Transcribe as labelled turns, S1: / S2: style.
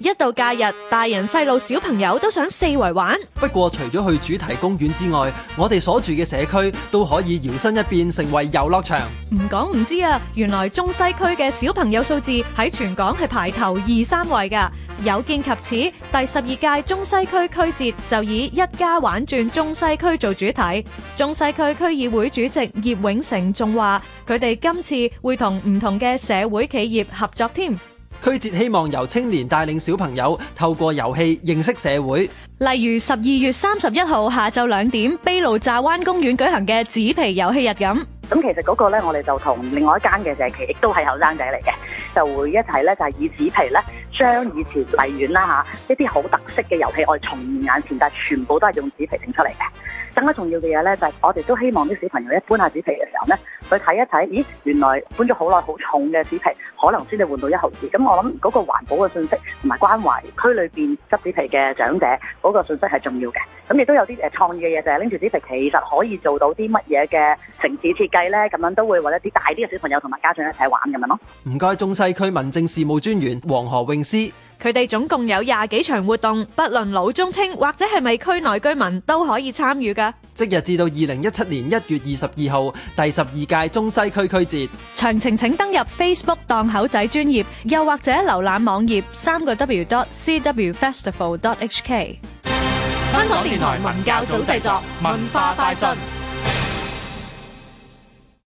S1: 一到假日，大人、細路、小朋友都想四圍玩。
S2: 不過，除咗去主題公園之外，我哋所住嘅社區都可以搖身一變成為遊樂場。
S1: 唔講唔知啊，原來中西區嘅小朋友數字喺全港係排頭二三位㗎。有見及此，第十二屆中西區區節就以一家玩轉中西區做主題。中西區區議會主席葉永成仲話：佢哋今次會同唔同嘅社會企業合作添。
S2: 區節希望由青年帶領小朋友透過遊戲認識社會。
S1: 例如十二月三十一號下晝兩點，卑路乍灣公園舉行嘅紙皮遊戲日咁。
S3: 咁其實嗰個咧，我哋就同另外一間嘅社企，亦都係後生仔嚟嘅，就會一齊咧就係、以紙皮咧，將以前荔園啦嚇一啲好特色嘅遊戲，我哋重現眼前，但係全部都係用紙皮整出嚟嘅。更加重要嘅嘢咧，就係、我哋都希望啲小朋友一搬下紙皮嘅時候咧，去睇一睇，咦，原來搬咗好耐好重嘅紙皮，可能先至換到一毫子。咁我諗嗰個環保嘅信息同埋關懷區裏邊執紙皮嘅長者嗰、個信息係重要嘅。咁亦都有啲誒創意嘅嘢，就係拎住紙皮，其實可以做到啲乜嘢嘅城市設計咧？咁樣都會揾一啲大啲嘅小朋友同埋家長一齊玩咁樣咯。
S2: 唔該，中西區民政事務專員黃何詠詩。
S1: 佢哋總共有廿幾場活動，不論老中青或者係咪區內居民都可以參與噶。
S2: 即日至到二零一七年一月二十二號，第十二屆中西區區節。
S1: 詳情請登入 Facebook 檔口仔專頁，又或者瀏覽網頁三個 W dot C W Festival dot H K。
S4: 香港電台文教組製作，文化快訊。